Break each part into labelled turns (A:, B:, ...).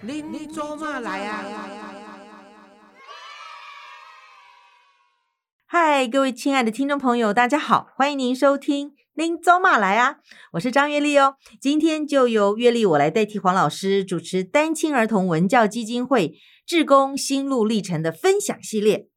A: 您您做嘛来啊？
B: 嗨，各位亲爱的听众朋友，大家好，欢迎您收听《拎走马来啊》，我是张月丽哦。今天就由月丽我来代替黄老师主持单亲儿童文教基金会志工心路历程的分享系列。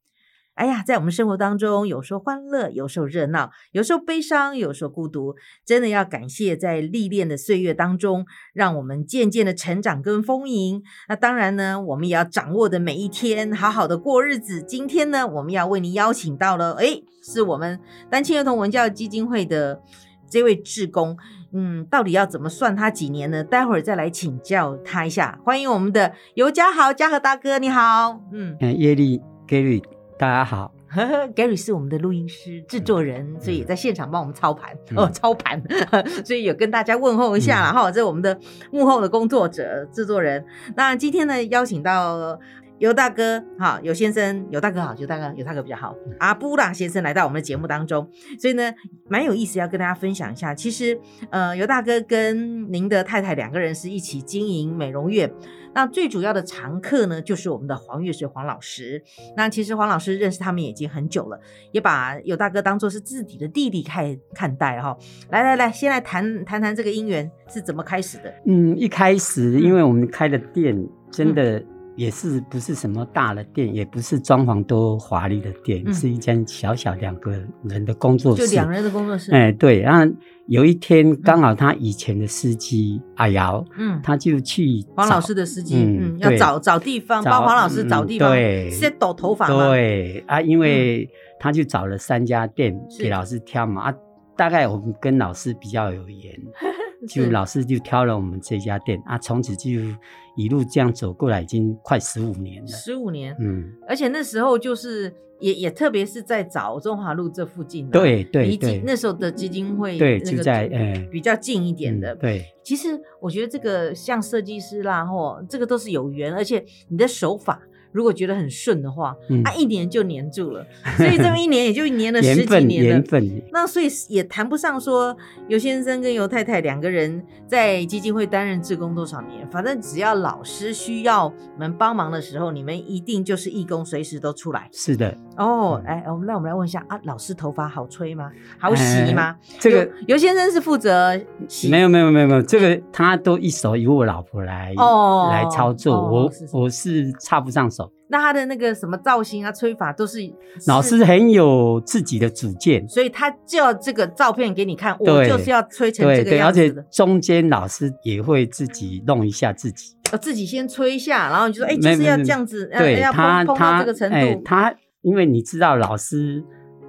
B: 哎呀，在我们生活当中，有时候欢乐，有时候热闹，有时候悲伤，有时候孤独，真的要感谢在历练的岁月当中，让我们渐渐的成长跟丰盈。那当然呢，我们也要掌握的每一天，好好的过日子。今天呢，我们要为您邀请到了，诶，是我们单亲儿童文教基金会的这位志工，嗯，到底要怎么算他几年呢？待会儿再来请教他一下。欢迎我们的尤家豪家和大哥，你好，嗯
C: 嗯，耶利 Gary，大家好，
B: ，Gary 是我们的录音师、制作人，所以也在现场帮我们操盘、
C: 嗯
B: 哦，操盘， 所以有跟大家问候一下啦。哈、这是我们的幕后的工作者、制作人。那今天呢，邀请到尤大哥，哈，尤先生，尤大哥好，尤大哥，尤大哥比较好，阿布拉先生来到我们的节目当中，所以呢，蛮有意思，要跟大家分享一下。其实，呃，尤大哥跟您的太太两个人是一起经营美容院。那最主要的常客呢，就是我们的黄月水黄老师。那其实黄老师认识他们也已经很久了，也把尤大哥当做是自己的弟弟看看待哈、来来来，先来谈谈谈这个姻缘是怎么开始的。
C: 嗯，一开始因为我们开的店真的
B: 嗯
C: 也是不是什么大的店，也不是装潢多华丽的店，
B: 嗯
C: 是一间小小两个人的工作
B: 就
C: 室。
B: 两人的工作室，
C: 哦哎，对，然后有一天刚好他以前的司机阿瑶，
B: 嗯，
C: 他就去
B: 黄
C: 找
B: 老师的司机，
C: 嗯
B: 嗯，要
C: 对
B: 找找地方，
C: 找
B: 帮黄老师找地方，
C: 嗯对
B: 是在抖头发吗？，嗯
C: 对啊，因为他就找了三家店
B: 是
C: 给老师挑嘛啊，大概我们跟老师比较 有缘，就是老师就挑了我们这家店啊，从此就一路这样走过来，已经快十五年了。
B: 十五年，
C: 嗯，
B: 而且那时候就是也也特别是在找中华路这附近的，
C: 对对
B: 离基
C: 对
B: 那时候的基金会，
C: 对，
B: 那个
C: 就在呃
B: 比较近一点的，
C: 嗯对，
B: 其实我觉得这个像设计师啦，或这个都是有缘，而且你的手法如果觉得很顺的话，
C: 嗯
B: 啊，一年就黏住了，所以这么一年也就黏 了十
C: 缘
B: 几
C: 分
B: 年了
C: 缘。分，
B: 那所以也谈不上说尤先生跟尤太太两个人在基金会担任志工多少年，反正只要老师需要你们帮忙的时候，你们一定就是义工，随时都出来。
C: 是的，
B: 哦
C: 嗯，呃
B: 哎，我们那我们来问一下啊，老师头发好吹吗？好洗吗？
C: 这个
B: 尤尤先生是负责洗
C: 没有没有没有没有，这个他都一手由我老婆来
B: 哦
C: 来操作，
B: 哦
C: 我
B: 是是
C: 我是插不上手，
B: 那他的那个什么造型啊、吹法都是
C: 老，
B: 是
C: 师很有自己的主见。
B: 所以他叫这个照片给你看，我
C: 对
B: 就是要吹成
C: 对
B: 这个
C: 对，而
B: 样
C: 且
B: 子的。
C: 中间老师也会自己弄一下自己，
B: 呃自己先吹一下，然后你就说，哎，就
C: 没
B: 是要
C: 没
B: 这样子，呃
C: 对
B: 要
C: 他
B: 碰碰到
C: 他
B: 这个程
C: 哎
B: 度。
C: 他因为你知道老师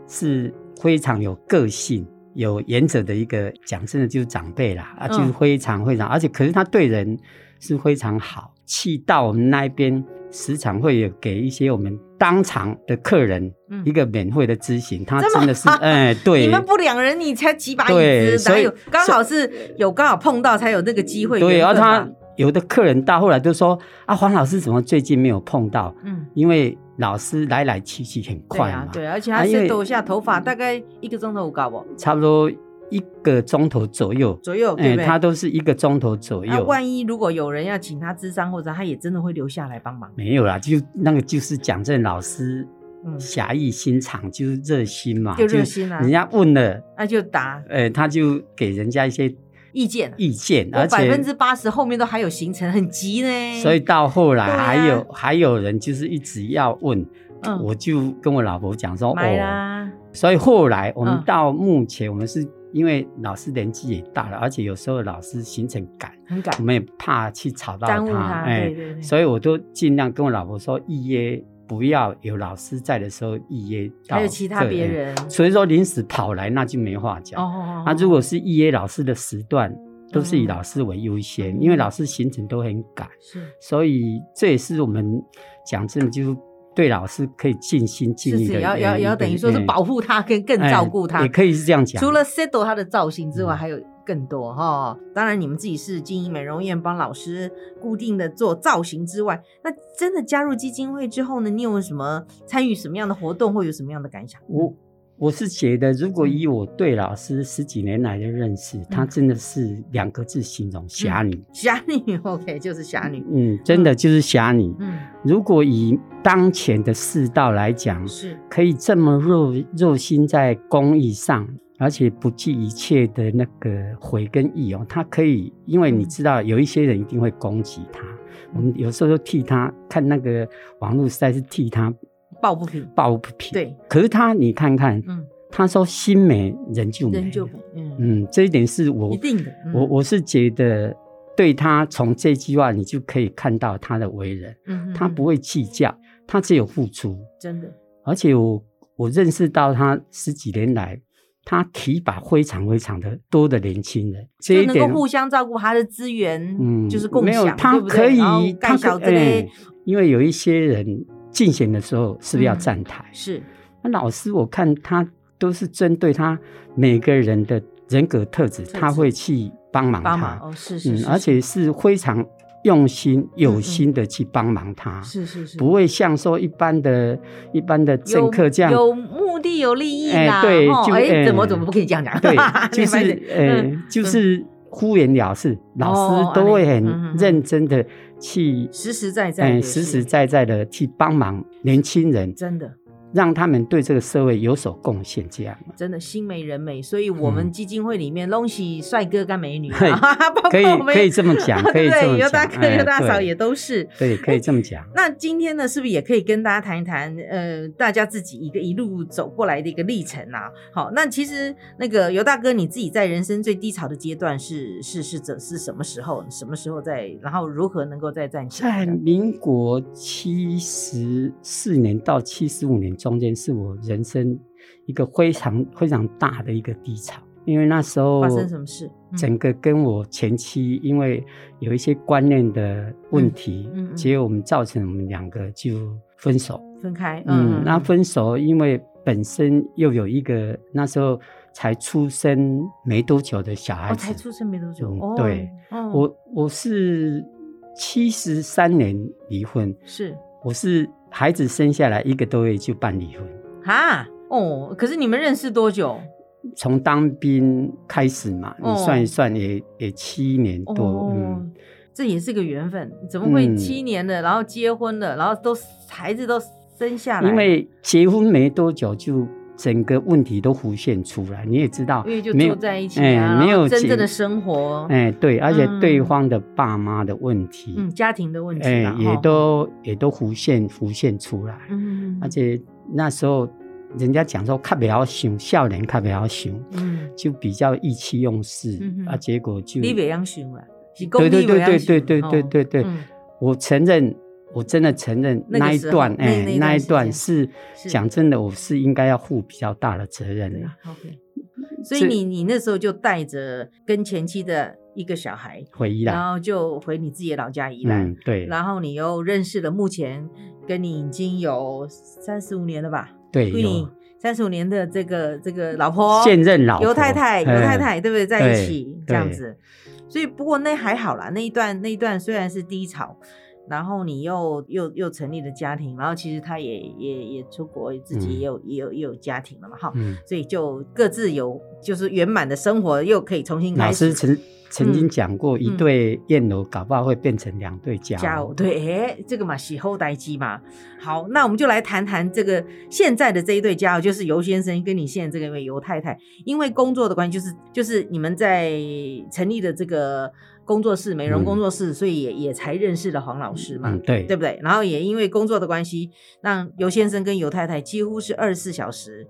C: 是非常有个性、有原则的一个，讲真的就是长辈啦，啊，
B: 嗯
C: 就是非常非常，而且可是他对人是非常好，气到我们那一边时常会有给一些我们当场的客人
B: 嗯
C: 一个免费的咨询，他
B: 这么
C: 真的是
B: 好
C: 哎，对，
B: 你们不两人，你才几把椅
C: 对
B: 子，哪
C: 所以
B: 有？刚好是有刚好碰到才有那个机会。
C: 对，
B: 缘
C: 而
B: 分嘛
C: 他有的客人到后来就说啊，黄老师怎么最近没有碰到？
B: 嗯，
C: 因为老师来来去去很
B: 对
C: 快嘛，
B: 啊，对啊，而且他
C: 啊因
B: 先
C: 为
B: 抖一下头发，大概一个钟头五搞不
C: 差不多一个钟头左右，
B: 左右，对不对？
C: 哎他都是一个钟头左
B: 那
C: 右。
B: 万一如果有人要请他智商，或者他也真的会留下来帮忙。
C: 没有啦，就那个就是讲这老师
B: 嗯
C: 侠义心肠，就是热心嘛，
B: 就热心啊
C: 人家问了，
B: 那就答
C: 呃，他就给人家一些
B: 意见啊
C: 意见，
B: 我
C: 而
B: 百分之
C: 且
B: 八十后面都还有行程，很急呢。
C: 所以到后来
B: 对啊
C: 还有、还有人就是一直要问，
B: 嗯
C: 我就跟我老婆讲说，
B: 买
C: 哦，
B: 啦，
C: 所以后来我们
B: 嗯
C: 到目前，我们是因为老师年纪也大了，而且有时候老师行程赶，
B: 很赶
C: 我，们也怕去吵到哎
B: 耽误他。对对对，
C: 所以我都尽量跟我老婆说预约，不要有老师在的时候预约到
B: 还有其他
C: 这哎
B: 别。人。
C: 所以说临时跑来那就没话
B: 哦
C: 讲。
B: 哦，
C: 那、如果是预约老师的时段，都是以
B: 哦
C: 老师为优
B: 嗯
C: 先，因为老师行程都很赶，
B: 是
C: 所以这也是我们讲真的，就是对老师可以尽心尽
B: 是
C: 力的
B: 是，
C: 一
B: 要
C: 个。
B: 要要等于说是
C: 哎
B: 保护他，跟更照顾
C: 哎
B: 他
C: 也。可以是这样讲。
B: 除了 settle 他的造型之外，
C: 嗯
B: 还有更多哈、当然，你们自己是经营美容院，帮老师固定的做造型之外，那真的加入基金会之后呢，你有什么参与什么样的活动，会有什么样的感想？
C: 我我是觉得，如
B: 嗯
C: 果以我对老师十几年来的认识，他真的是两个字
B: 嗯
C: 形容侠女。
B: 侠女 OK 就是侠女，
C: 嗯，真的就是侠女。
B: 嗯，
C: 如果以当前的世道来讲，
B: 是
C: 可以这么热热心在公益上，而且不计一切的那个悔跟义哦，他可以，因为你
B: 嗯
C: 知道有一些人一定会攻击他，我们有时候就替他看那个网络实在是替他
B: 抱不平，
C: 抱不平。，
B: 对，
C: 可是他你看看，
B: 嗯，
C: 他说心美人就美，
B: 人就美，嗯，
C: 嗯，这一点是我
B: 一定的，嗯
C: 我我是觉得对他从这句话你就可以看到他的为人，
B: 嗯哼
C: 他不会计较，他只有付出。
B: 真的，
C: 而且我我认识到他十几年来，他提拔非常非常的多的年轻人，这
B: 就
C: 一
B: 能够
C: 点
B: 互相照顾他的资源，
C: 嗯
B: 就是共
C: 没有
B: 享，
C: 他
B: 对不对
C: 可以
B: 然后
C: 他
B: 盖
C: 可
B: 小
C: 以
B: 这类
C: 哎因为有一些人竞选的时候是不是要
B: 嗯
C: 站台？
B: 是
C: 那老师我看他都是针对他每个人的人格特质，
B: 特
C: 他
B: 质
C: 会去帮忙他，
B: 帮忙哦，是是，是嗯
C: 嗯，而且是非常用心有心的去帮忙他。
B: 是是是，
C: 不会像说一般的、一般的政
B: 有
C: 客这样
B: 有目的有利益
C: 哎
B: 啦，
C: 对
B: 吼
C: 就
B: 哎，
C: 哎
B: 怎么怎么不可以这样讲？，
C: 对 就
B: 你发现
C: 是呃
B: 嗯，
C: 就是敷衍了事，老
B: 哦
C: 师都会
B: 安内嗯
C: 很
B: 嗯
C: 认真的去，
B: 实实在在
C: 嗯，
B: 的
C: 实
B: 是
C: 实在在的去帮忙年轻人，
B: 真的
C: 让他们对这个社会有所贡献，这样
B: 真的心美人美，所以我们
C: 嗯
B: 基金会里面东西帅哥跟美女啊，
C: 嘿
B: 包括
C: 可以
B: 我们
C: 可以这么 讲，可以
B: 对
C: 这么
B: 不对？尤大
C: 讲，哎
B: 哥、尤大嫂也
C: 都
B: 都是。
C: 对，可以这么讲。
B: 那今天呢，是不是也可以跟大家谈一谈？呃，大家自己一个一路走过来的一个历程啊。好，那其实那个尤大哥，你自己在人生最低潮的阶段是是是怎是什么时候？什么时候在？然后如何能够再站起来
C: 在
B: 的？
C: 民国七十四年到七十五年中间，是我人生一个非常非常大的一个低潮，因为那时候
B: 发生什么事？嗯
C: 整个跟我前妻因为有一些观念的问题，
B: 嗯嗯嗯
C: 结果我们造成我们两个就分手。
B: 分开，
C: 嗯，那分手因为本身又有一个那时候才出生没多久的小孩
B: 哦，
C: 子，
B: 才出生没多久，
C: 嗯
B: 哦，
C: 对
B: 哦，
C: 我我是七十三年离婚，
B: 是
C: 我是孩子生下来一个多月就办离婚，
B: 哈哦，可是你们认识多久？
C: 从当兵开始嘛，
B: 哦
C: 你算一算也也七年多，
B: 哦，
C: 嗯，
B: 这也是个缘分，怎么会
C: 嗯
B: 七年了，然后结婚了，然后都孩子都生下来，
C: 因为结婚没多久就整个问题都浮现出来，你也知道
B: 因为就，
C: 没
B: 住
C: 有
B: 在一起
C: 哎
B: 啊，
C: 没
B: 然后
C: 有
B: 真正
C: 结
B: 的生活，
C: 哎对，而且
B: 嗯
C: 对方的爸妈的问题，
B: 嗯，家庭的问题
C: 哎
B: 啦，
C: 也
B: 哈，
C: 都也都浮现浮现出来，
B: 哦嗯，
C: 而且那时候人家讲说较不要想，少年较不要想。
B: 嗯，
C: 就比较意气用事、
B: 嗯哼
C: 啊，结果就
B: 你未养想啊，是讲
C: 对对
B: 你
C: 对
B: 未
C: 对
B: 养
C: 对对
B: 想
C: 对
B: 哦
C: 对对，
B: 嗯
C: 我承认，我真的承认
B: 那个
C: 一
B: 时候
C: 段，
B: 那
C: 哎、
B: 那一段
C: 那
B: 时间
C: 一段是
B: 是
C: 讲真的，我是应该要负比较大的责任啊
B: 对啊
C: 啦。
B: ，OK，所以
C: 这
B: 你你那时候就带着跟前妻的一个小孩，
C: 回忆
B: 然
C: 啦，
B: 后就回你自己的老家宜兰，
C: 嗯，对
B: 然后你又认识了目前跟你已经有三十五年了吧？
C: 对，
B: 闺女
C: 有
B: 三十五年的这个这个老婆，
C: 现任老
B: 尤
C: 婆
B: 太太，尤
C: 哎
B: 太太，对不对？在一起
C: 对
B: 这样
C: 对
B: 子，所以不过那还好啦，那一段那一段虽然是低潮。然后你又又又成立了家庭，然后其实他也也也出国，自己
C: 嗯
B: 也有、也有也有家庭了嘛，哈、
C: 嗯，
B: 所以就各自有就是圆满的生活，又可以重新
C: 老
B: 开始。
C: 师曾曾经讲过，一
B: 嗯
C: 对燕楼搞不好会变成两对哦
B: 加
C: 佳
B: 油
C: 偶。
B: 对，哎，这个嘛，喜后待机嘛。好，那我们就来谈谈这个现在的这一对佳偶，就是尤先生跟你现在这个一位尤太太，因为工作的关系，就是就是你们在成立的这个工作室美容
C: 嗯
B: 工作室，所以也也才认识了黄老师嘛。
C: 嗯，对
B: 对，不对？然后也因为工作的关系，让尤先生跟尤太太几乎是二十四小时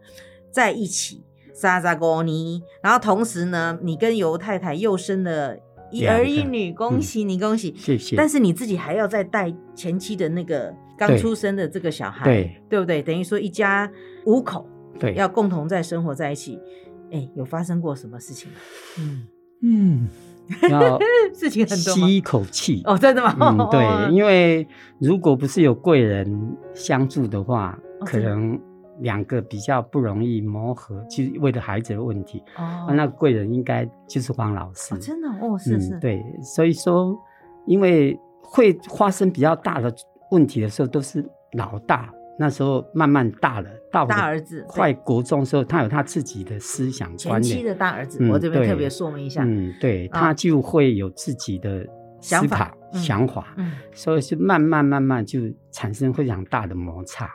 B: 在一起撒扎狗尼。然后同时呢，你跟尤太太又生了一
C: 两
B: 儿
C: 个嗯
B: 一女，恭喜你，恭喜！
C: 谢谢。
B: 但是
C: 是
B: 你自己还要再带前妻的那个刚
C: 对
B: 出生的这个小孩，
C: 对
B: 不对？等于说一家五口
C: 对，
B: 要共同在生活在一起。哎，有发生过什么事情吗？ 嗯，
C: 嗯，要
B: 事情 很多吗
C: 吸？一口气
B: 哦，真的吗？
C: 嗯，对，
B: 为
C: 因为如果不是有贵人相助的话，
B: 哦
C: 可
B: 真的
C: 能两个比较不容易磨合，就是为了孩子的问题。
B: 哦
C: 啊那贵人应该就是黄老师，
B: 哦真的哦，是是，
C: 嗯，对，所以说，因为会发生比较大的问题的时候，都是老大那时候慢慢大了，到我的
B: 大儿子对
C: 快国中的时候，他有他自己的思想
B: 前
C: 观
B: 妻
C: 念。
B: 的大儿子，
C: 嗯
B: 我这边
C: 对
B: 特别说明一下，
C: 嗯，对，
B: 啊
C: 他就会有自己的
B: 想
C: 思
B: 法
C: 考
B: 嗯
C: 想法，
B: 嗯
C: 所以是慢慢慢慢就产生非常大的摩擦。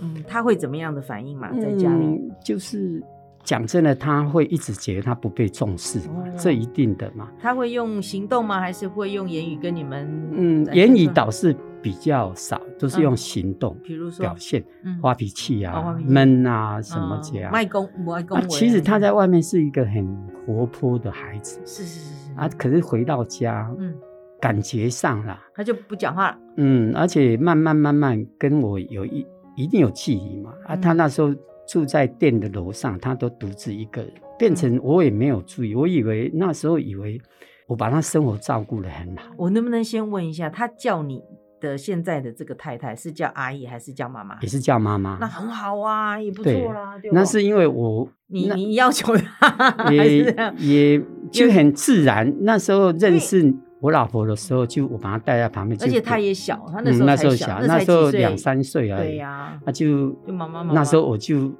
B: 嗯，他会怎么样的反应嘛？在家里，
C: 嗯、就是讲真的，他会一直觉得他不被重视嘛，
B: 哦
C: 这一定的嘛。
B: 他会用行动吗？还是会用言语跟你们？
C: 嗯，言语，倒是比较少，都是用行动、
B: 比如说
C: 表，现，
B: 嗯
C: 发脾气
B: 哦发
C: 啊
B: 脾、气
C: 闷啊什么这样。
B: 卖公卖公
C: 啊
B: 文，
C: 其实他在外面是一个很活泼的孩子
B: 是是是是
C: 啊，，可是回到家，
B: 嗯，
C: 感觉上啦，
B: 他就不讲话了，
C: 嗯，而且慢慢慢慢跟我有一一定有距离嘛。啊，
B: 嗯
C: 他那时候住在店的楼上，他都独自一个人，变
B: 嗯
C: 成我也没有注意，我以为那时候以为我把他生活照顾得很好，
B: 我能不能先问一下，他叫你的现在的这个太太是叫阿姨还是叫妈妈
C: 也？是叫妈妈
B: 那。很好啊，也不
C: 对
B: 错啦，对吧
C: 那是因为我
B: 你
C: 那
B: 你要求他 还是
C: 也
B: 这样
C: 也就很自然，那时候认识我老婆的时候，就我把她带在旁边，
B: 而
C: 就
B: 且
C: 给
B: 他也小，他那时
C: 嗯
B: 候
C: 那
B: 才
C: 时候
B: 小，
C: 那
B: 才
C: 时候
B: 几岁
C: 两三岁而已，
B: 对呀
C: 那就
B: 就妈妈妈妈
C: 那时候我就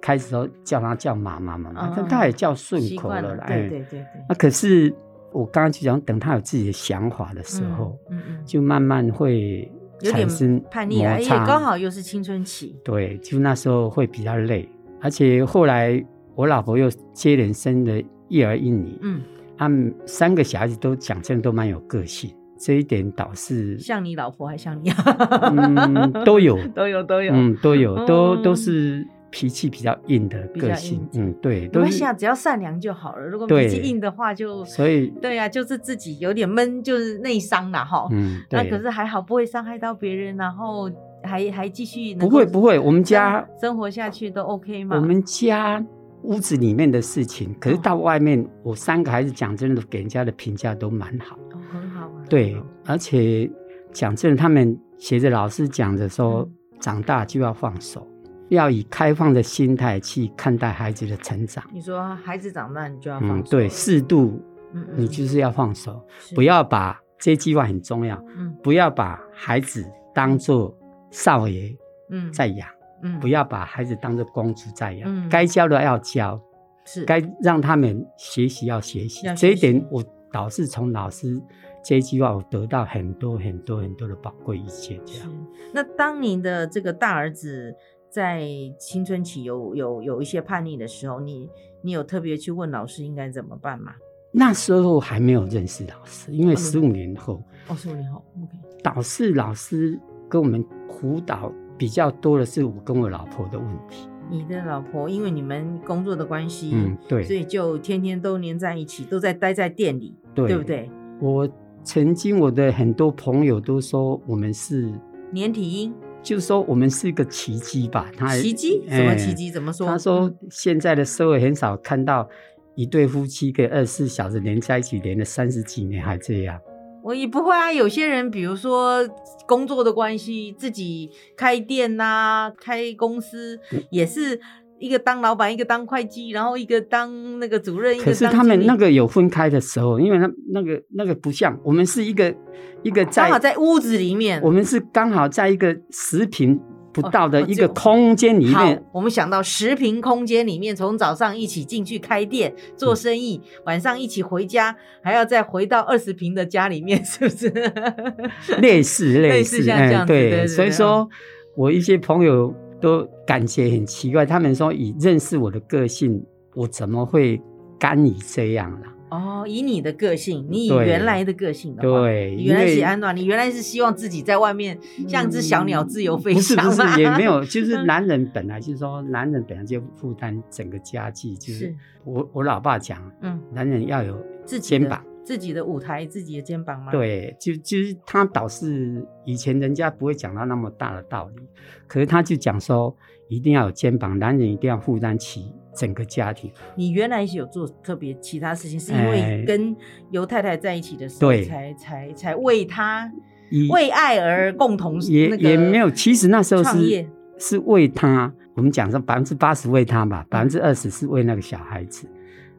C: 开始说叫他叫妈妈妈
B: 嗯
C: 妈，但他也叫顺
B: 习
C: 口
B: 惯了，
C: 啦
B: 对
C: 哎
B: 对对对，
C: 那可是我刚刚就讲，等他有自己的想法的时候，
B: 嗯嗯，
C: 就慢慢会
B: 有点
C: 产生
B: 叛逆了，
C: 摩
B: 而且
C: 擦
B: 刚好又是青春期，
C: 对，就那时候会比较累，而且后来我老婆又接连生了一儿一女，
B: 嗯，
C: 他们三个小孩子都讲真的都蛮有个性，这一点倒是
B: 像你老婆还像你，
C: 嗯都有
B: 都有都有，
C: 嗯都有都
B: 嗯
C: 都是脾气比较硬的
B: 比较
C: 个性
B: 硬，
C: 嗯对，
B: 没
C: 都
B: 关
C: 是
B: 系啊，只要善良就好了。如果
C: 对
B: 脾气硬的话就，
C: 所以
B: 对呀、就是自己有点闷，就是内伤啦哈。
C: 嗯
B: 那
C: 对
B: 可，是还好不会伤害到别人，然后还还继续能
C: 不
B: 够
C: 会不会，我们
B: 生
C: 家
B: 生活下去都 OK 嘛。
C: 我们家。屋子里面的事情，可是
B: 哦
C: 到外面，我三个孩子讲真的，给人家的评价都蛮好。
B: 哦很好啊，
C: 对
B: 很好，
C: 而且讲真的，他们学着老师讲的说，
B: 嗯
C: 长大就要放手，要以开放的心态去看待孩子的成长。
B: 你说孩子长大你就要放
C: 嗯，
B: 手
C: 对，
B: 了
C: 适度，
B: 嗯嗯
C: 你就是要放手，
B: 是
C: 不要把这句话很重要，
B: 嗯
C: 不要把孩子当做少爷
B: 嗯
C: 在养，
B: 嗯
C: 不要把孩子当做公主在养，
B: 嗯
C: 该教的要教，
B: 是
C: 该让他们学习要学习
B: 要。
C: 这
B: 学
C: 一
B: 习
C: 点我倒是从老师这一句话，我得到很多很多很多的宝贵意见。这
B: 是
C: 样，
B: 那当您的这个大儿子在青春期有有有一些叛逆的时候，你你有特别去问老师应该怎么办吗？
C: 那时候还没有认识老师，因为
B: 嗯
C: 十五年后，
B: 哦，十五年后，OK，
C: 导师老师跟我们辅导比较多的是我跟我老婆的问题。
B: 你的老婆因为你们工作的关系，
C: 嗯，
B: 所
C: 对，
B: 以就天天都黏在一起，都在待在店里，
C: 对
B: 不对？
C: 我曾经我的很多朋友都说我们是，
B: 连体婴
C: 就说我们是一个奇迹吧。他
B: 奇迹什么
C: 哎
B: 奇迹？怎么说？嗯
C: 他说现在的社会很少看到一对夫妻可以二十四小时连在一起，连了三十几年还这样。
B: 我也不会啊，有些人比如说工作的关系，自己开店呐、开公司
C: 嗯
B: 也是。一个当老板，一个当会计，然后一个当那个主任，一个
C: 可
B: 当
C: 是他们
B: 经理
C: 那个有分开的时候，因为那那个那个不像我们是一个一个
B: 刚好
C: 在，
B: 在屋子里面。
C: 我们是刚好在一个十平不到的
B: 哦哦
C: 一个
B: 就
C: 空间里
B: 好
C: 面，，
B: 我们想到十平空间里面，从早上一起进去开店
C: 嗯
B: 做生意，晚上一起回家，还要再回到二十平的家里面，是不 是？
C: 类似类
B: 类似
C: 似，哎
B: 像这样子对对
C: 对，所以
B: 对哦
C: 说我一些朋友都感觉很奇怪，他们说以认识我的个性，我怎么会甘于这样啦？
B: 哦，以你的个性，你以
C: 对
B: 原来的个性的话，
C: 对，
B: 你
C: 因
B: 原来
C: 为
B: 喜安暖，你原来是希望自己在外面像只小鸟自由飞
C: 不是
B: 翔、
C: 不
B: 吗？
C: 是，也 没有，就是男人本来就是说，男人本来就负担整个家计，就是是我我老爸讲，
B: 嗯，
C: 男人要有
B: 自己的
C: 肩膀，
B: 自己的舞台，自己的肩膀吗？，
C: 对，就就是他倒是以前人家不会讲到那么大的道理，可是他就讲说，一定要有肩膀，男人一定要负担起整个家庭，
B: 你原来是有做特别其他事情，是因为
C: 哎
B: 跟尤太太在一起的时候，
C: 对
B: 才才才为她
C: 以
B: 为爱而共同
C: 也、
B: 那个
C: 也没有，其实那时候
B: 创业
C: 是是为他，我们讲说百分之八十为他吧，百分之
B: 嗯
C: 二十是为那个小孩子。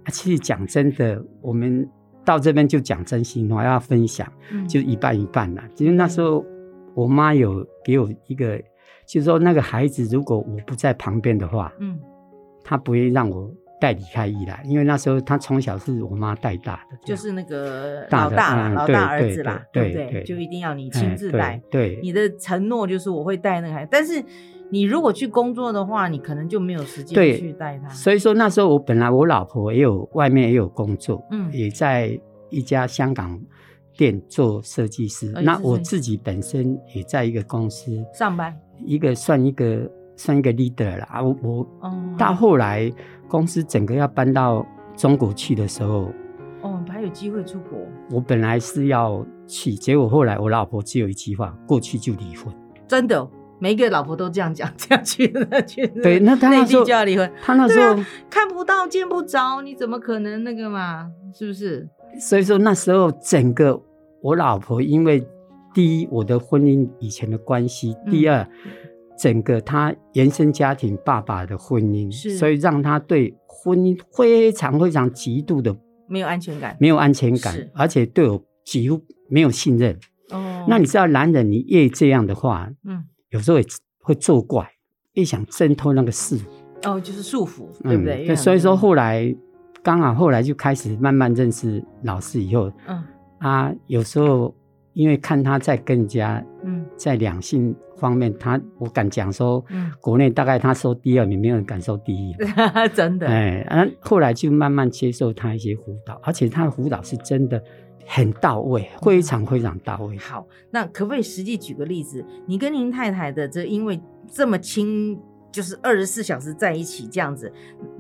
C: 啊，其实讲真的，我们到这边就讲真心话，要分享
B: 嗯
C: 就一半一半啦。其实那时候我妈有给我一个就是说那个孩子如果我不在旁边的话，
B: 嗯
C: 他不会让我带离开宜兰，因为那时候他从小是我妈带大的，
B: 就是那个
C: 大
B: 老
C: 的
B: 大啦，
C: 嗯
B: 老
C: 对
B: 大儿
C: 对
B: 子啦，
C: 对
B: 不
C: 对
B: 对？
C: 对
B: 就一定要你
C: 这样
B: 亲自带
C: 哎。对，
B: 你
C: 对
B: 的承诺就是我会带那个孩子，但是你如果去工作的话，你可能就没有时间
C: 对
B: 去带他。
C: 所以说那时候我本来我老婆也有外面也有工作，
B: 嗯
C: 也在一家香港店做设计师。
B: 哦也是
C: 那
B: 设
C: 我
B: 计
C: 自己本身也在一个公司
B: 上班，
C: 一个算一个算一个 leader 啦。啊我我
B: 哦，
C: 到后来公司整个要搬到中国去的时候，
B: 哦，还有机会出国，
C: 我本来是要去，结果后来我老婆只有一句话：过去就离婚。
B: 真的，每一个老婆都这样讲， 这样去那去
C: 对，那他
B: 内
C: 那时
B: 地
C: 候
B: 就要离婚，
C: 他那时
B: 对
C: 候
B: 啊，看不到见不着，你怎么可能那个嘛？是不是？
C: 所以说那时候整个我老婆，因为第一我的婚姻以前的关系，
B: 嗯
C: 第二整个她原生家庭爸爸的婚姻
B: 是，
C: 所以让她对婚姻非常非常极度的
B: 没有安全感
C: 没有安全感
B: 是，
C: 而且对我几乎没有信任。
B: 哦
C: 那你知道，男人你越这样的话，
B: 嗯
C: 有时候也会作怪，越想挣脱那个事，嗯
B: 哦，就是束缚，对不对？
C: 所以说后来刚好后来就开始慢慢认识老师以后，
B: 嗯
C: 啊，有时候因为看他在更加
B: 嗯
C: 在两性方面，他我敢讲说，
B: 嗯。
C: 国内大概他收第二名，没有人敢收第一
B: 嗯，真的，
C: 哎，啊，后来就慢慢接受他一些辅导，而且他的辅导是真的很到位，非常非常到位。
B: 嗯好，那可不可以实际举个例子？你跟您太太的这因为这么亲，就是二十四小时在一起这样子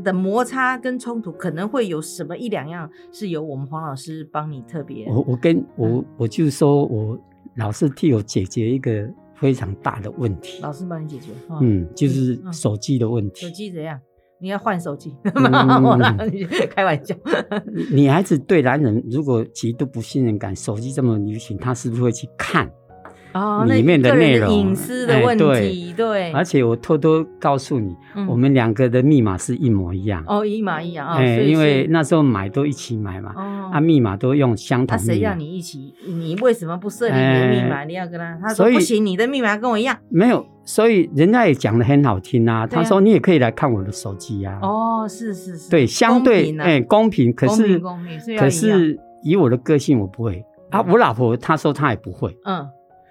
B: 的摩擦跟冲突，可能会有什么一两样是由我们黄老师帮你特别
C: 我我跟我
B: 嗯
C: 我就说我老是替我解决一个非常大的问题，
B: 老师帮你解决？哈，
C: 嗯，就是
B: 哦嗯
C: 手机的问
B: 手
C: 题。
B: 机怎样？你要换手 机？
C: 嗯
B: 我啦，开玩笑。
C: 女孩子对男人如果极度不信任感，手机这么流行，她是不是会去看？
B: 哦，那
C: 里面的
B: 个人
C: 内容
B: 隐私的
C: 哎
B: 问
C: 对
B: 题，对，
C: 而且我偷偷告诉你，
B: 嗯
C: 我们两个的密码是一模一样。
B: 哦一码一样啊，
C: 哎
B: 所以
C: 因为
B: 是
C: 那时候买都一起买嘛，
B: 哦
C: 啊，密码都用相
B: 那
C: 同
B: 谁
C: 密码。
B: 让你一起？你为什么不设你的密码？
C: 哎
B: 你要跟他？他说
C: 所以
B: 不行，你的密码跟我一样。
C: 没有，所以人家也讲的很好听啊。
B: 对啊
C: 他说你也可以来看我的手机啊。，
B: 哦，是是是，
C: 对，相对
B: 公平啊
C: 哎、公平，可
B: 公
C: 是
B: 平公平所以要
C: 可
B: 一
C: 是以我的个性我不会啊。我老婆她说她也不会
B: 嗯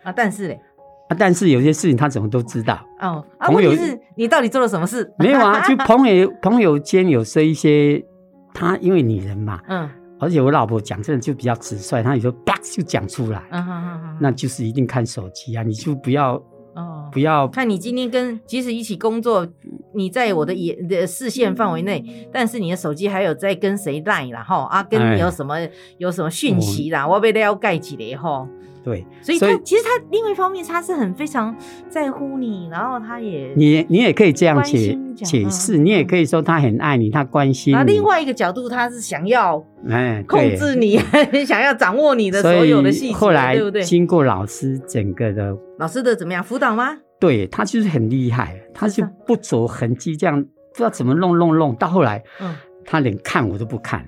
B: 啊，但是嘞，
C: 啊，但是有些事情她怎么都知道。
B: 哦啊，
C: 朋
B: 问
C: 友
B: 题是你到底做了什么事？
C: 没有啊， 就朋友 朋友间有时候一些，她因为女人嘛，
B: 嗯
C: 而且我老婆讲真的就比较直率，她有时候叭就讲出来。
B: 嗯哼哼哼，
C: 那就是一定看手机啊，你就不要
B: 哦
C: 不。 要
B: 看你今天跟即使一起工作，你在我的眼的视线范围内，但是你的手机还有在跟谁赖啦吼啊，跟
C: 哎哦
B: 你有什么、有什么讯息啦，我被撩盖起来吼。
C: 对，
B: 所以
C: 所
B: 他
C: 以
B: 其实他另外一方面他是很非常在乎你，然后他也
C: 你你也可以这样
B: 关
C: 解
B: 心讲
C: 解
B: 嗯
C: 释，你也可以说他很爱你，他关心
B: 然后
C: 你。
B: 另外一个角度，他是想要
C: 哎，
B: 控
C: 对
B: 制你， 想要掌握你的所有的细
C: 所以
B: 节，
C: 后来
B: 对不对？
C: 经过老师整个的，
B: 老师的怎么样辅导吗？
C: 对他就是很厉害，他
B: 是
C: 就
B: 啊
C: 不着痕迹这样，不知道怎么弄弄弄，到后来
B: 嗯，
C: 他连看我都不看，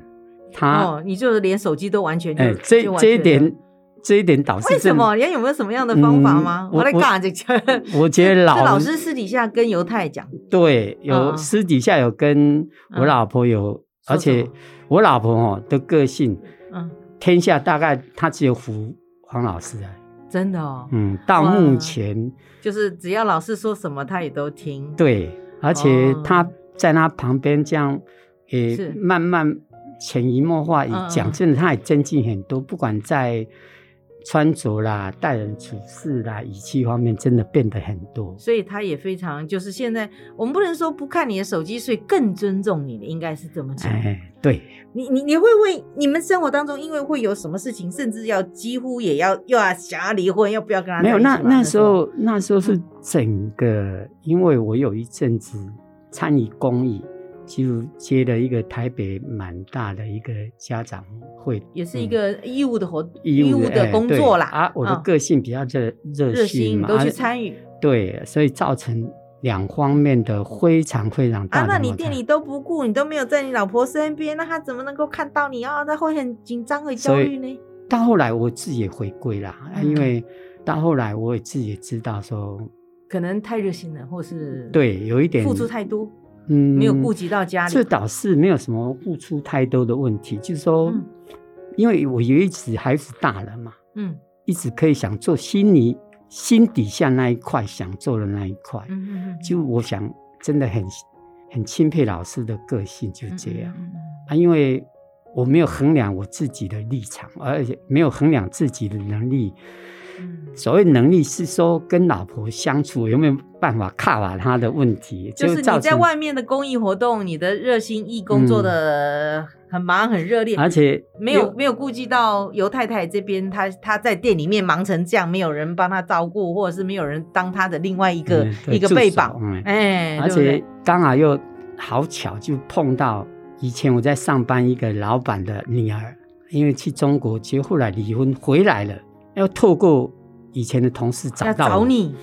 C: 他
B: 哦，你就是连手机都完全就
C: 啊哎这
B: 就完
C: 这
B: 全
C: 一点这一点导致
B: 为什
C: 真的
B: 么？人家有没有什么样的方法吗？我
C: 嗯我
B: 在尬这个。
C: 我觉得老
B: 这老师私底下跟犹太讲，
C: 对，
B: 嗯嗯
C: 有私底下有跟我老婆有，
B: 说
C: 而
B: 什
C: 且
B: 么
C: 我老婆哦的个性，
B: 嗯，
C: 天下大概她只有服黄老师啊。
B: 真的哦，
C: 嗯，到
B: 哇
C: 目前
B: 就是只要老师说什么，他也都听。，
C: 对，而且
B: 哦
C: 她在她旁边这样，也
B: 是
C: 慢慢潜移默化，也
B: 嗯嗯
C: 讲真的，她也增进很多，不管在穿着啦、待人处事啦、语气方面，真的变得很多。
B: 所以他也非常，就是现在我们不能说不看你的手机，所以更尊重你了，应该是这么讲。
C: 哎，对，
B: 你你你会为你们生活当中，因为会有什么事情，甚至要几乎也要又要想要离婚，要不要跟他
C: 没有，
B: 在一起
C: 那
B: 吗
C: 那时候那时候
B: 嗯
C: 是整个，因为我有一阵子参与公益，就接了一个台北蛮大的一个家长会，
B: 也是一
C: 嗯
B: 个义务的活
C: 义务
B: 务的
C: 哎
B: 工
C: 对
B: 作啦
C: 啊，我的
B: 嗯
C: 个性比较热热
B: 热心
C: 心
B: 你
C: 嘛，
B: 都去
C: 啊
B: 参与
C: 对，所以造成两方面的非常非常大
B: 啊，
C: 的摩擦。
B: 那你店里都不顾，你都没有在你老婆身边，那她怎么能够看到你啊？她会很紧张、会焦
C: 所以
B: 虑呢？
C: 到后来我自己也回归啦，啊
B: 嗯
C: 因为到后来我也自己也知道说，
B: 可能太热心了，或是
C: 对，有一点
B: 付出太多，
C: 嗯
B: 没有顾及到家里。
C: 这倒是没有什么付出太多的问题，就是说，
B: 嗯
C: 因为我有一直孩子大了嘛，
B: 嗯
C: 一直可以想做心里心底下那一块想做的那一块，
B: 嗯嗯嗯，
C: 就我想真的很很钦佩老师的个性，就这样、
B: 嗯。嗯嗯嗯
C: 啊，因为我没有衡量我自己的立场，而且没有衡量自己的能力。
B: 嗯
C: 所谓能力是说跟老婆相处有没有办法卡瓦她的问题，
B: 就是
C: 造
B: 你在
C: 成
B: 外面的公益活动，你的热心义工做的很忙很热烈，
C: 嗯而且
B: 没有没有顾及到尤太太这边，她她在店里面忙成这样，没有人帮她照顾，或者是没有人当她的另外一个、
C: 嗯对
B: 一个
C: 助
B: 背
C: 手
B: 膀，
C: 嗯
B: 哎，
C: 而
B: 对不对
C: 且刚好又好巧就碰到以前我在上班一个老板的女儿，因为去中国结后来离婚回来了，要透过以前的同事找
B: 要
C: 到
B: 找
C: 我，
B: 你，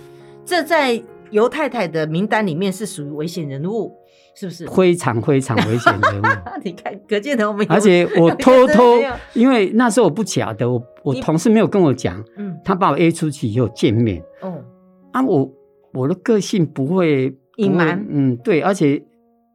B: 这在尤太太的名单里面是属于危险人物，是不是？
C: 非常非常危险人物。
B: 你看，可见得我们有
C: 而且我 偷
B: 真的
C: 偷
B: 没有，
C: 因为那时候我不晓得，我我
B: 你
C: 同事没有跟我讲，
B: 嗯
C: 他把我 A 出去以后见面
B: 哦
C: 啊，我我的个性不会
B: 隐
C: 不会
B: 瞒
C: 嗯，对，而且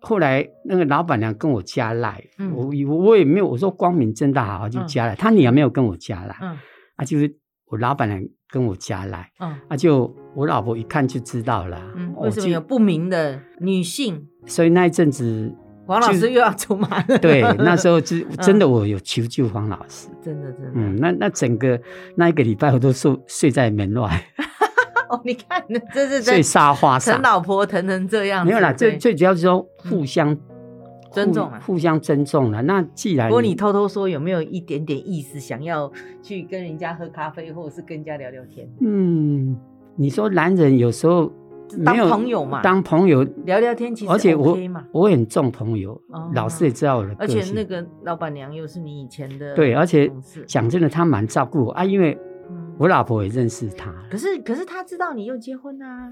C: 后来那个老板娘跟我加赖、
B: 嗯
C: 我以为我也没有，我说光明正大好好就
B: 嗯
C: 加赖，他女儿没有跟我加赖、
B: 嗯
C: 啊，就是我老板娘跟我加赖
B: 嗯
C: 啊，就我老婆一看就知道了，
B: 嗯，
C: 我
B: 为什么
C: 就
B: 有不明的女性？
C: 所以那一阵 子。
B: 黄老师又要出马了，
C: 对，那时候就真的
B: 嗯
C: 我有求救黄老师，
B: 真的真的，
C: 嗯，那那整个那一个礼拜我都睡睡在门外，
B: 哦，你看，这是
C: 睡
B: 真
C: 沙发上
B: 疼。老婆疼成这样子，
C: 没有啦，
B: 对嗯
C: 最最主要是说互相、
B: 尊重
C: 互
B: 啊
C: 互相尊重了。那既然
B: 不过你偷偷说，有没有一点点意思，想要去跟人家喝咖啡，或者是跟人家聊聊天，
C: 嗯，你说男人有时候没有
B: 当朋友嘛
C: 当朋友，
B: 聊聊天其实
C: 而且我
B: OK 嘛。
C: 我很重朋友，
B: 哦
C: 老师也知道我的
B: 而
C: 个性，
B: 且那个老板娘又是你以前的
C: 对，而且
B: 同事
C: 讲真的，他蛮照顾我啊，因为
B: 嗯
C: 我老婆也认识他，
B: 可是可是他知道你又结婚啊，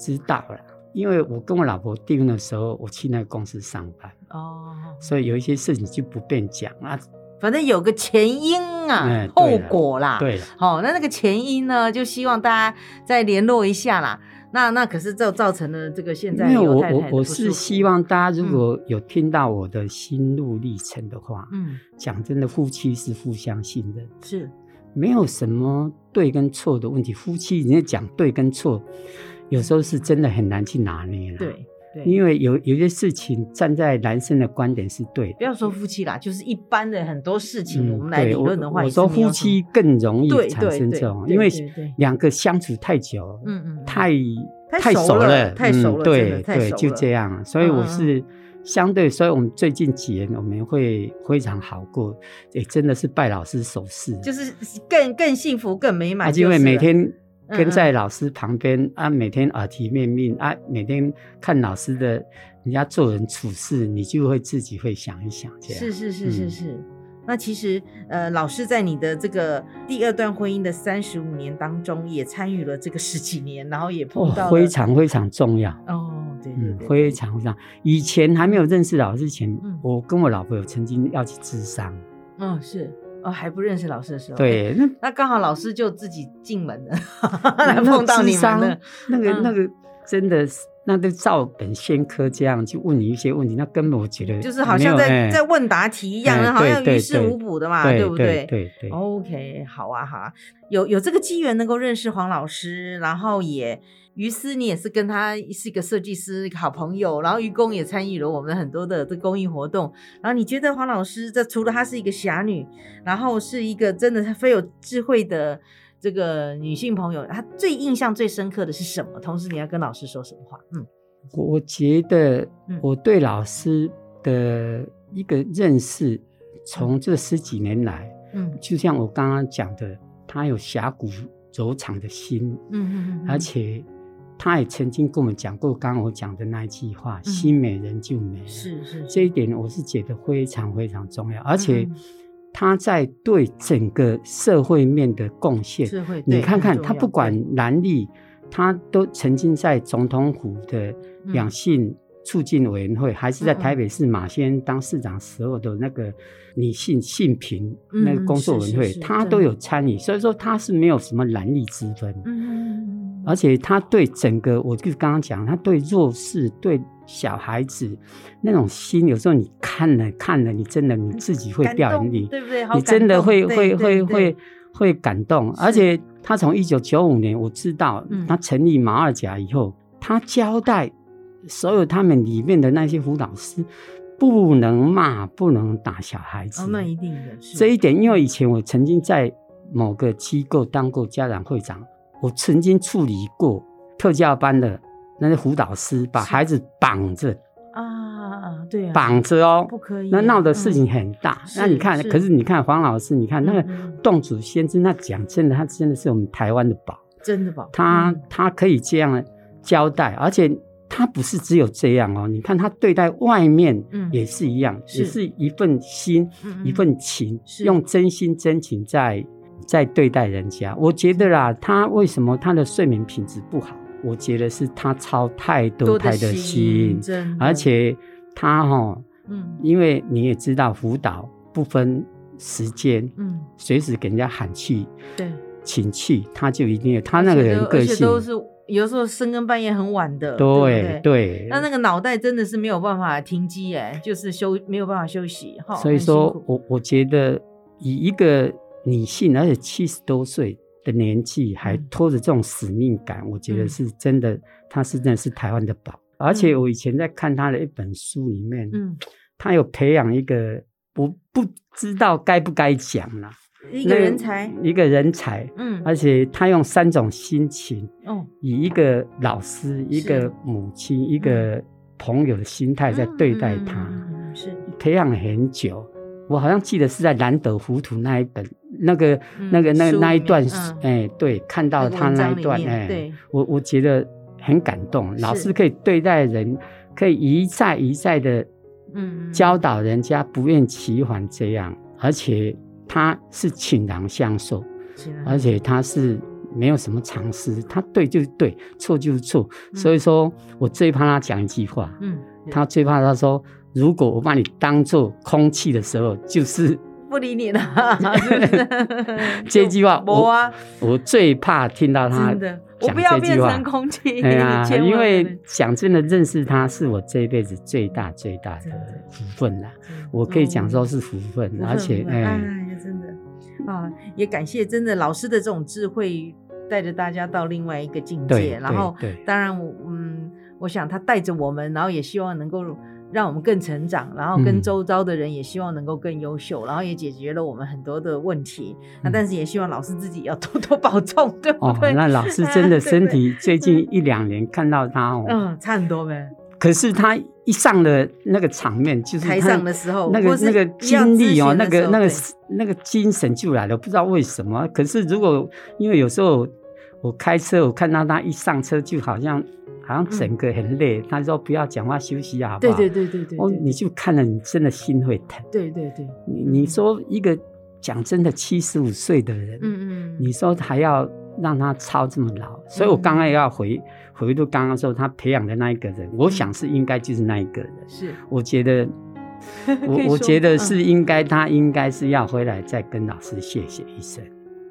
C: 知道了。因为我跟我老婆订婚的时候，我去那个公司上班，
B: 哦，
C: 所以有一些事情就不便讲啊。
B: 反正有个前因啊
C: 哎，
B: 后
C: 对了
B: 果啦，
C: 对了，
B: 好、那那个前因呢，就希望大家再联络一下啦。那那可是造造成了这个现在
C: 因为
B: 刘
C: 我
B: 太太的
C: 我我
B: 不舒
C: 是
B: 服嗯
C: 希，望大家如果有听到我的心路历程的话，
B: 嗯，
C: 讲真的，夫妻是互相信任，
B: 是，
C: 没有什么对跟错的问题。夫妻人家讲对跟错，有时候是真的很难去拿捏了。，
B: 对对，
C: 因为有有些事情站在男生的观点是对
B: 不
C: 的。
B: 要说夫妻啦，就是一般的很多事情，我们来
C: 嗯对
B: 理论的话，
C: 我
B: 也
C: 我
B: 是没
C: 说
B: 有什么
C: 夫妻更容易
B: 对
C: 产生
B: 对
C: 这种，
B: 对
C: 因为
B: 对对
C: 两个相处太久，
B: 嗯嗯，嗯
C: 太
B: 太熟
C: 熟
B: 了
C: 了，
B: 太熟了真的
C: 嗯对
B: 太熟
C: 对，
B: 了
C: 就这样。所以
B: 嗯嗯
C: 我是相对，所以我们最近几年我们会非常好过，也真的是拜老师所赐。
B: 就是更更幸福、更美
C: 啊，
B: 满就是
C: 因
B: 了，
C: 为每天
B: 嗯
C: 跟在老师旁边啊，每天耳提面命啊，每天看老师的人家做人处事，你就会自己会想一想这样。
B: 是是是是
C: 嗯
B: 是。那其实，呃，老师在你的这个第二段婚姻的三十五年当中，也参与了这个十几年，然后也碰
C: 哦
B: 到了、，
C: 非常非常重要。
B: 哦，对对
C: 嗯，
B: 对，
C: 非常非常。以前还没有认识老师前，
B: 嗯
C: 我跟我老婆有曾经要去智商，
B: 嗯，是哦，还不认识老师的时候，，哎
C: 对，那
B: 那刚好老师就自己进门了，
C: 嗯那
B: 来碰到你们
C: 智商
B: 了，
C: 那个、
B: 嗯
C: 那个真的是，那都照本宣科这样去问你一些问题，那根本我觉得
B: 就是好
C: 没
B: 像
C: 有
B: 在
C: 哎
B: 在问答题一样，
C: 哎
B: 好像
C: 对
B: 于
C: 对
B: 事
C: 对
B: 无补的嘛，
C: 对
B: 不哦
C: 对对对
B: OK，好啊，好啊，有有这个机缘能够认识黄老师，然后也于思你也是跟他是一个设计师一个好朋友，然后于公也参与了我们很多的这公益活动，然后你觉得黄老师这除了她是一个侠女，然后是一个真的她非有智慧的这个女性朋友，她最印象最深刻的是什么？同时你要跟老师说什么话？嗯
C: 我我觉得
B: 嗯
C: 我对老师的一个认识，从这十几年来，
B: 嗯
C: 就像我刚刚讲的，他有峡谷柔肠的心，
B: 嗯嗯
C: 而且他也曾经跟我们讲过，刚刚我讲的那一句话：“
B: 嗯
C: 心美人就美。”
B: 是是
C: 这一点，我是觉得非常非常重要，而且
B: 嗯
C: 他在对整个社会面的贡献，
B: 智慧，
C: 你
B: 对
C: 看
B: 很
C: 看
B: 重
C: 他
B: 要
C: 不管
B: 对嗯
C: 男力，他都曾经在总统府的两性促进委员会，还是在台北市马先当市长时候的那个女性性平
B: 嗯
C: 那个工作委员
B: 是
C: 会
B: 是，是
C: 他
B: 对
C: 都有参与，所以说他是没有什么蓝绿之分。
B: 嗯，
C: 而且他对整个，我就刚刚讲，他对弱势、对小孩子那种心，有时候你看了看了，你真的你自己会
B: 嗯感
C: 掉
B: 动
C: 眼泪，
B: 对不对？好
C: 你
B: 感
C: 真的
B: 动
C: 会
B: 对
C: 会
B: 对
C: 会
B: 对
C: 会会感动。而且他从一九九五年我知道
B: 嗯
C: 他成立马二甲以后，他交代所有他们里面的那些辅导师，不能骂，不能打小孩子。
B: 哦，那一定的是
C: 这一点，因为以前我曾经在某个机构当过家长会长，我曾经处理过特教班的那些辅导师把
B: 是
C: 孩子绑着，
B: 啊，对啊，
C: 绑着哦，
B: 不可以
C: 那闹的事
B: 嗯
C: 情很大。那你看，
B: 是是
C: 可是你看黄老师，你看那个
B: 嗯嗯
C: 洞主先知，那讲真的，他真的是我们台湾的宝，
B: 真的吧？
C: 他、
B: 嗯
C: 他可以这样交代，而且。他不是只有这样哦，你看他对待外面
B: 嗯
C: 也是一样，
B: 是
C: 也是一份心，
B: 嗯
C: 一份情，
B: 是
C: 用真心真情在在对待人家。我觉得啦，他为什么他的睡眠品质不好？我觉得是他操太多太多心，
B: 真的
C: 而且他哈、
B: 嗯
C: 因为你也知道辅导不分时间，
B: 嗯
C: 随时给人家喊去
B: 对，
C: 请去，他就一定有他那个人
B: 而
C: 个
B: 且
C: 性，
B: 都是有时候深更半夜很晚的，不
C: 对对。
B: 那那个脑袋真的是没有办法停机哎，就是休没有办法休息哈。
C: 所以
B: 哦很辛
C: 说
B: 苦
C: 我我觉得以一个女性，而且七十多岁的年纪还
B: 嗯
C: 拖着这种使命感，我觉得
B: 嗯
C: 是真的，她是真的是台湾的宝。而且我以前在看她的一本书里面，
B: 嗯，
C: 她有培养一个，我不知道该不该讲啦，
B: 一
C: 一
B: 个人才，
C: 一个人才，
B: 嗯，
C: 而且她用三种心情，
B: 哦，
C: 以一个老师、一个母亲、一个朋友的心态在对待
B: 嗯嗯嗯
C: 她。
B: 嗯嗯嗯是
C: 培养很久。我好像记得是在南斗糊涂那一本那个、那个那
B: 书里
C: 那一
B: 面
C: 段
B: 嗯，
C: 哎、对，看到
B: 个
C: 他
B: 文
C: 那
B: 章
C: 一
B: 里
C: 段，
B: 面
C: 哎、
B: 对，
C: 我我觉得很感动。老
B: 是
C: 师可以对待人，可以一再一再的
B: 嗯，嗯
C: 教导人家不厌其烦这样，而且他是倾囊相授，
B: 起来
C: 而且他是没有什么常识，他对就是对，错就是错。所以
B: 嗯
C: 说我最怕他讲一句话，
B: 嗯，
C: 他最怕他说，如果我把你当做空气的时候，就是
B: 不理你了，是不是
C: 这句话
B: 就没啊，
C: 我最怕听到他
B: 真的，我
C: 讲
B: 不要
C: 这
B: 变
C: 句话
B: 成。空气，
C: 哎呀，
B: 千万
C: 因
B: 不
C: 为
B: 能
C: 讲真的，认识他是我这一辈子最大最大
B: 真
C: 的
B: 的
C: 福分啦。我可以讲说是福分，
B: 嗯
C: 而且
B: 不会不会
C: 哎，
B: 哎，真的啊，也感谢真的老师的这种智慧，带着大家到另外一个境
C: 对
B: 界。然后，
C: 对对
B: 当然我，嗯，我想他带着我们，然后也希望能够让我们更成长，然后跟
C: 嗯
B: 周遭的人也希望能够更优秀，然后也解决了我们很多的问题。那
C: 嗯
B: 但是也希望老师自己要多多保重，对不
C: 哦，
B: 对？
C: 那老师真的身体最近一两年看到他哦，
B: 嗯，差很多呗。
C: 可是他一上了那个场面，就是
B: 台
C: 他
B: 上的时候，
C: 那
B: 哦或
C: 个
B: 是
C: 那个
B: 一样
C: 精力哦，
B: 咨询的
C: 那
B: 时
C: 个
B: 候
C: 那个
B: 对
C: 那个精神就来了，不知道为什么。可是如果因为有时候我开车，我看到他一上车就好像好像整个很累，他说不要讲话休息啊，好
B: 嗯
C: 不
B: 对
C: 好？
B: 对对对对，
C: 哦，
B: 对
C: 你就看了，你真的心会疼。
B: 对对对，
C: 你
B: 嗯
C: 你说一个讲真的七十五岁的人，
B: 嗯嗯，
C: 你说还要让他操这么老，所以我
B: 嗯
C: 刚刚要回回到刚刚说他培养的那一个人，
B: 嗯
C: 我想是应该就是那一个人。
B: 是
C: 我觉得
B: 可，以
C: 我
B: 说
C: 我觉
B: 吗
C: 得
B: 嗯
C: 是应该，他应该是要回来再跟老师谢谢一声。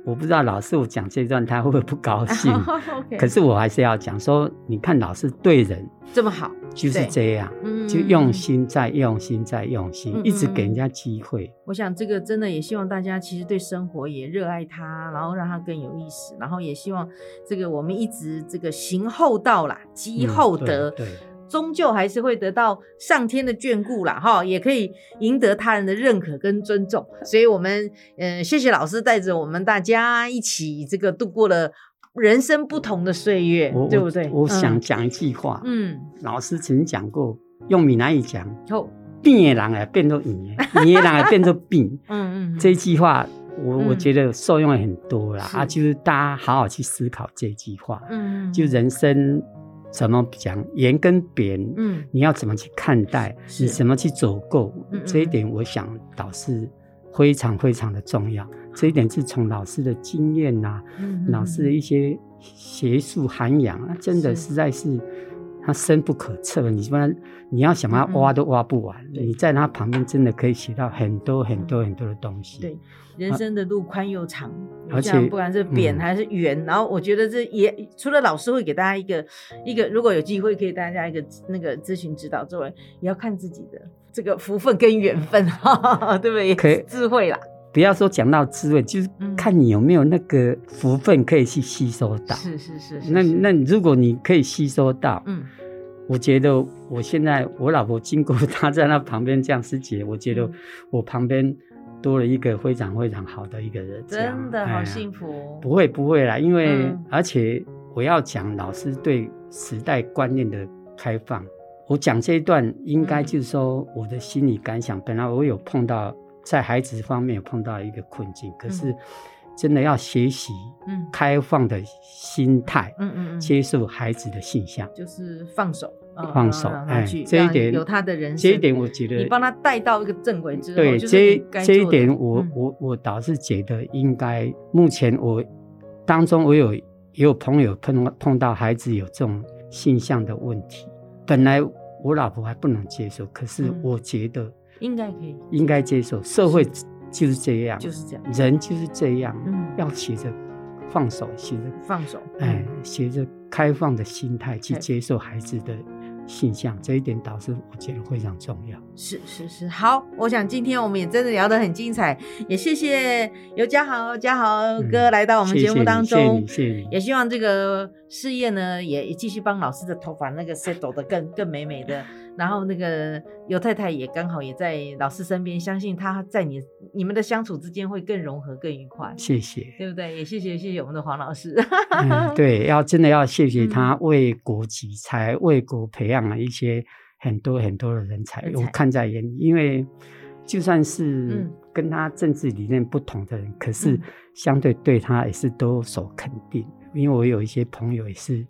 C: 我不知道老师我讲这段他会不会不高兴，
B: 嗯 啊 OK，
C: 可是我还是要讲说，你看老师对人
B: 这么好，
C: 就是
B: 对
C: 这样，
B: 嗯
C: 就用。心在用心在用心
B: 嗯，
C: 一直
B: 嗯
C: 给
B: 嗯
C: 人家机会。
B: 我想这个真的也希望大家其实对生活也热爱它，然后让它更有意思，然后也希望这个我们一直这个行厚道啦，积
C: 嗯
B: 厚
C: 对
B: 德，
C: 对
B: 终究还是会得到上天的眷顾啦，哈，也可以赢得他人的认可跟尊重。所以，我们嗯、呃谢谢老师带着我们大家一起这个度过了人生不同的岁月
C: 我，
B: 对不对？
C: 我我
B: 嗯
C: 想，讲一句话，
B: 嗯，
C: 老师曾讲过，用闽南语讲，
B: 好，
C: 病的人也啊变作病的，病的人也啊变作病。
B: 嗯嗯，
C: 这一句话我，我、
B: 嗯
C: 觉得受用很多啦
B: 是
C: 啊，就是大家好好去思考这句话，
B: 嗯，嗯
C: 就人生怎么讲，言跟扁，
B: 嗯。
C: 你要怎么去看待，
B: 是
C: 你怎么去走够，
B: 嗯嗯
C: 这一点我想导师非常非常的重要，这一点是从老师的经验呐、
B: 嗯
C: 老师的一些学术涵养，啊，真的
B: 是
C: 实在是它深不可测，你不然你要想要挖都挖不完。
B: 嗯对嗯
C: 你在它旁边真的可以学到很多很多很多的东西。
B: 对嗯人生的路宽又长，
C: 而
B: 这样
C: 且
B: 不管是扁
C: 嗯
B: 还是圆，然后我觉得这也除了老师会给大家一个一个，如果有机会给大家一个那个咨询指导之外，也要看自己的这个福分跟缘分， 哈哈哈对不对？也
C: 可以
B: 是智慧啦，
C: 不要说讲到滋味，就是
B: 嗯
C: 看你有没有那个福分可以去吸收到。
B: 是是是是，
C: 那
B: 是
C: 那如果你可以吸收到，
B: 嗯，
C: 我觉得我现在我老婆经过她在那旁边这样师姐，我觉得
B: 嗯
C: 我旁边多了一个非常非常好的一个人，这样
B: 真的
C: 哎
B: 好
C: 呀
B: 幸福，哦
C: 不会不会啦，因为、
B: 嗯
C: 而且我要讲老师对时代观念的开放。我讲这一段应该
B: 嗯
C: 就是说我的心理感想。本来我有碰到在孩子方面有碰到一个困境，可是真的要学习
B: 嗯
C: 开放的心态，
B: 嗯嗯嗯，
C: 接受孩子的性向，
B: 就是放手，嗯
C: 放手。
B: 让他
C: 哎
B: 去，
C: 这一
B: 让
C: 点
B: 有他的人生，
C: 这一点我觉得
B: 你帮他带到一个正轨之后，
C: 对
B: 就是
C: 这
B: 你该
C: 这一
B: 做的
C: 点我，我、
B: 嗯
C: 我倒是觉得应该，目前我当中我有也有朋友碰碰到孩子有这种性向的问题，本来我老婆还不能接受，可是
B: 嗯
C: 我觉得
B: 应该可以，
C: 应该接受，社会就是这样，
B: 就是这样，
C: 人就是这样，
B: 嗯，
C: 要学着放手，学着
B: 放手，嗯
C: 哎，学着开放的心态去
B: 对
C: 接受孩子的性向，这一点倒是我觉得非常重要。
B: 是是是，好，我想今天我们也真的聊得很精彩，也谢谢尤嘉豪、嘉豪哥
C: 嗯
B: 来到我们
C: 谢
B: 节
C: 谢
B: 目
C: 你
B: 当
C: 谢谢
B: 中，
C: 你谢谢你
B: 也希望这个事业呢也继续帮老师的头发那个 settle 的更更美美的，然后那个尤太太也刚好也在老师身边，相信她在你你们的相处之间会更融合、更愉快，
C: 谢谢。
B: 对不对？也谢谢谢谢我们的黄老师，
C: 嗯，对，要真的要谢谢
B: 嗯
C: 他为国集才为国培养了一些很多很多的人才，
B: 人
C: 我
B: 才
C: 看在眼里。因为就算是
B: 嗯
C: 跟他政治理念不同的人，可是
B: 嗯
C: 相对对他也是都所肯定。因为我有一些朋友也是
B: 啊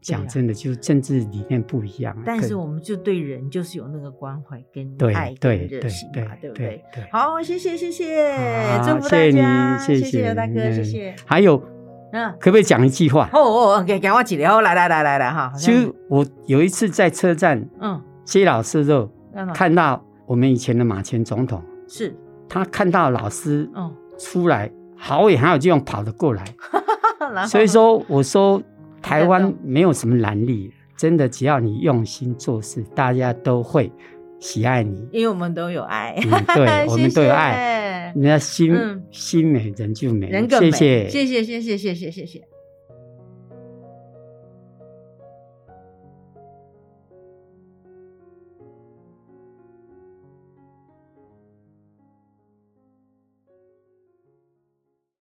C: 讲真的，就是政治理念不一样啊，
B: 但
C: 可
B: 是我们就对人就是有那个关怀跟
C: 对
B: 爱跟
C: 对
B: 热
C: 对
B: 情嘛，对
C: 对
B: 不对？
C: 对。
B: 好，谢谢谢谢，祝
C: 好，
B: 福大
C: 谢谢
B: 家，
C: 你，谢
B: 谢
C: 谢
B: 刘大哥，谢
C: 嗯
B: 谢。
C: 还有，
B: 嗯，
C: 可不可以讲一句话？
B: 哦哦，给给我几条，来来来来来哈，好
C: 就
B: 像
C: 是我有一次在车站
B: 嗯，
C: 接老师的时候，
B: 让老
C: 看到我们以前的马前总统，
B: 是，
C: 他看到老师
B: 嗯，
C: 出来，好也还有这样跑得过来。
B: 然后
C: 所以说，我说台
B: 感
C: 湾
B: 动
C: 没有什么难力，真的只要你用心做事，大家都会喜爱你。
B: 因为我们都有爱，
C: 嗯对 我们都有爱
B: 谢谢
C: 人家心
B: 嗯
C: 心美人就美
B: 人，更
C: 谢
B: 美，
C: 谢
B: 谢谢谢谢谢谢谢谢。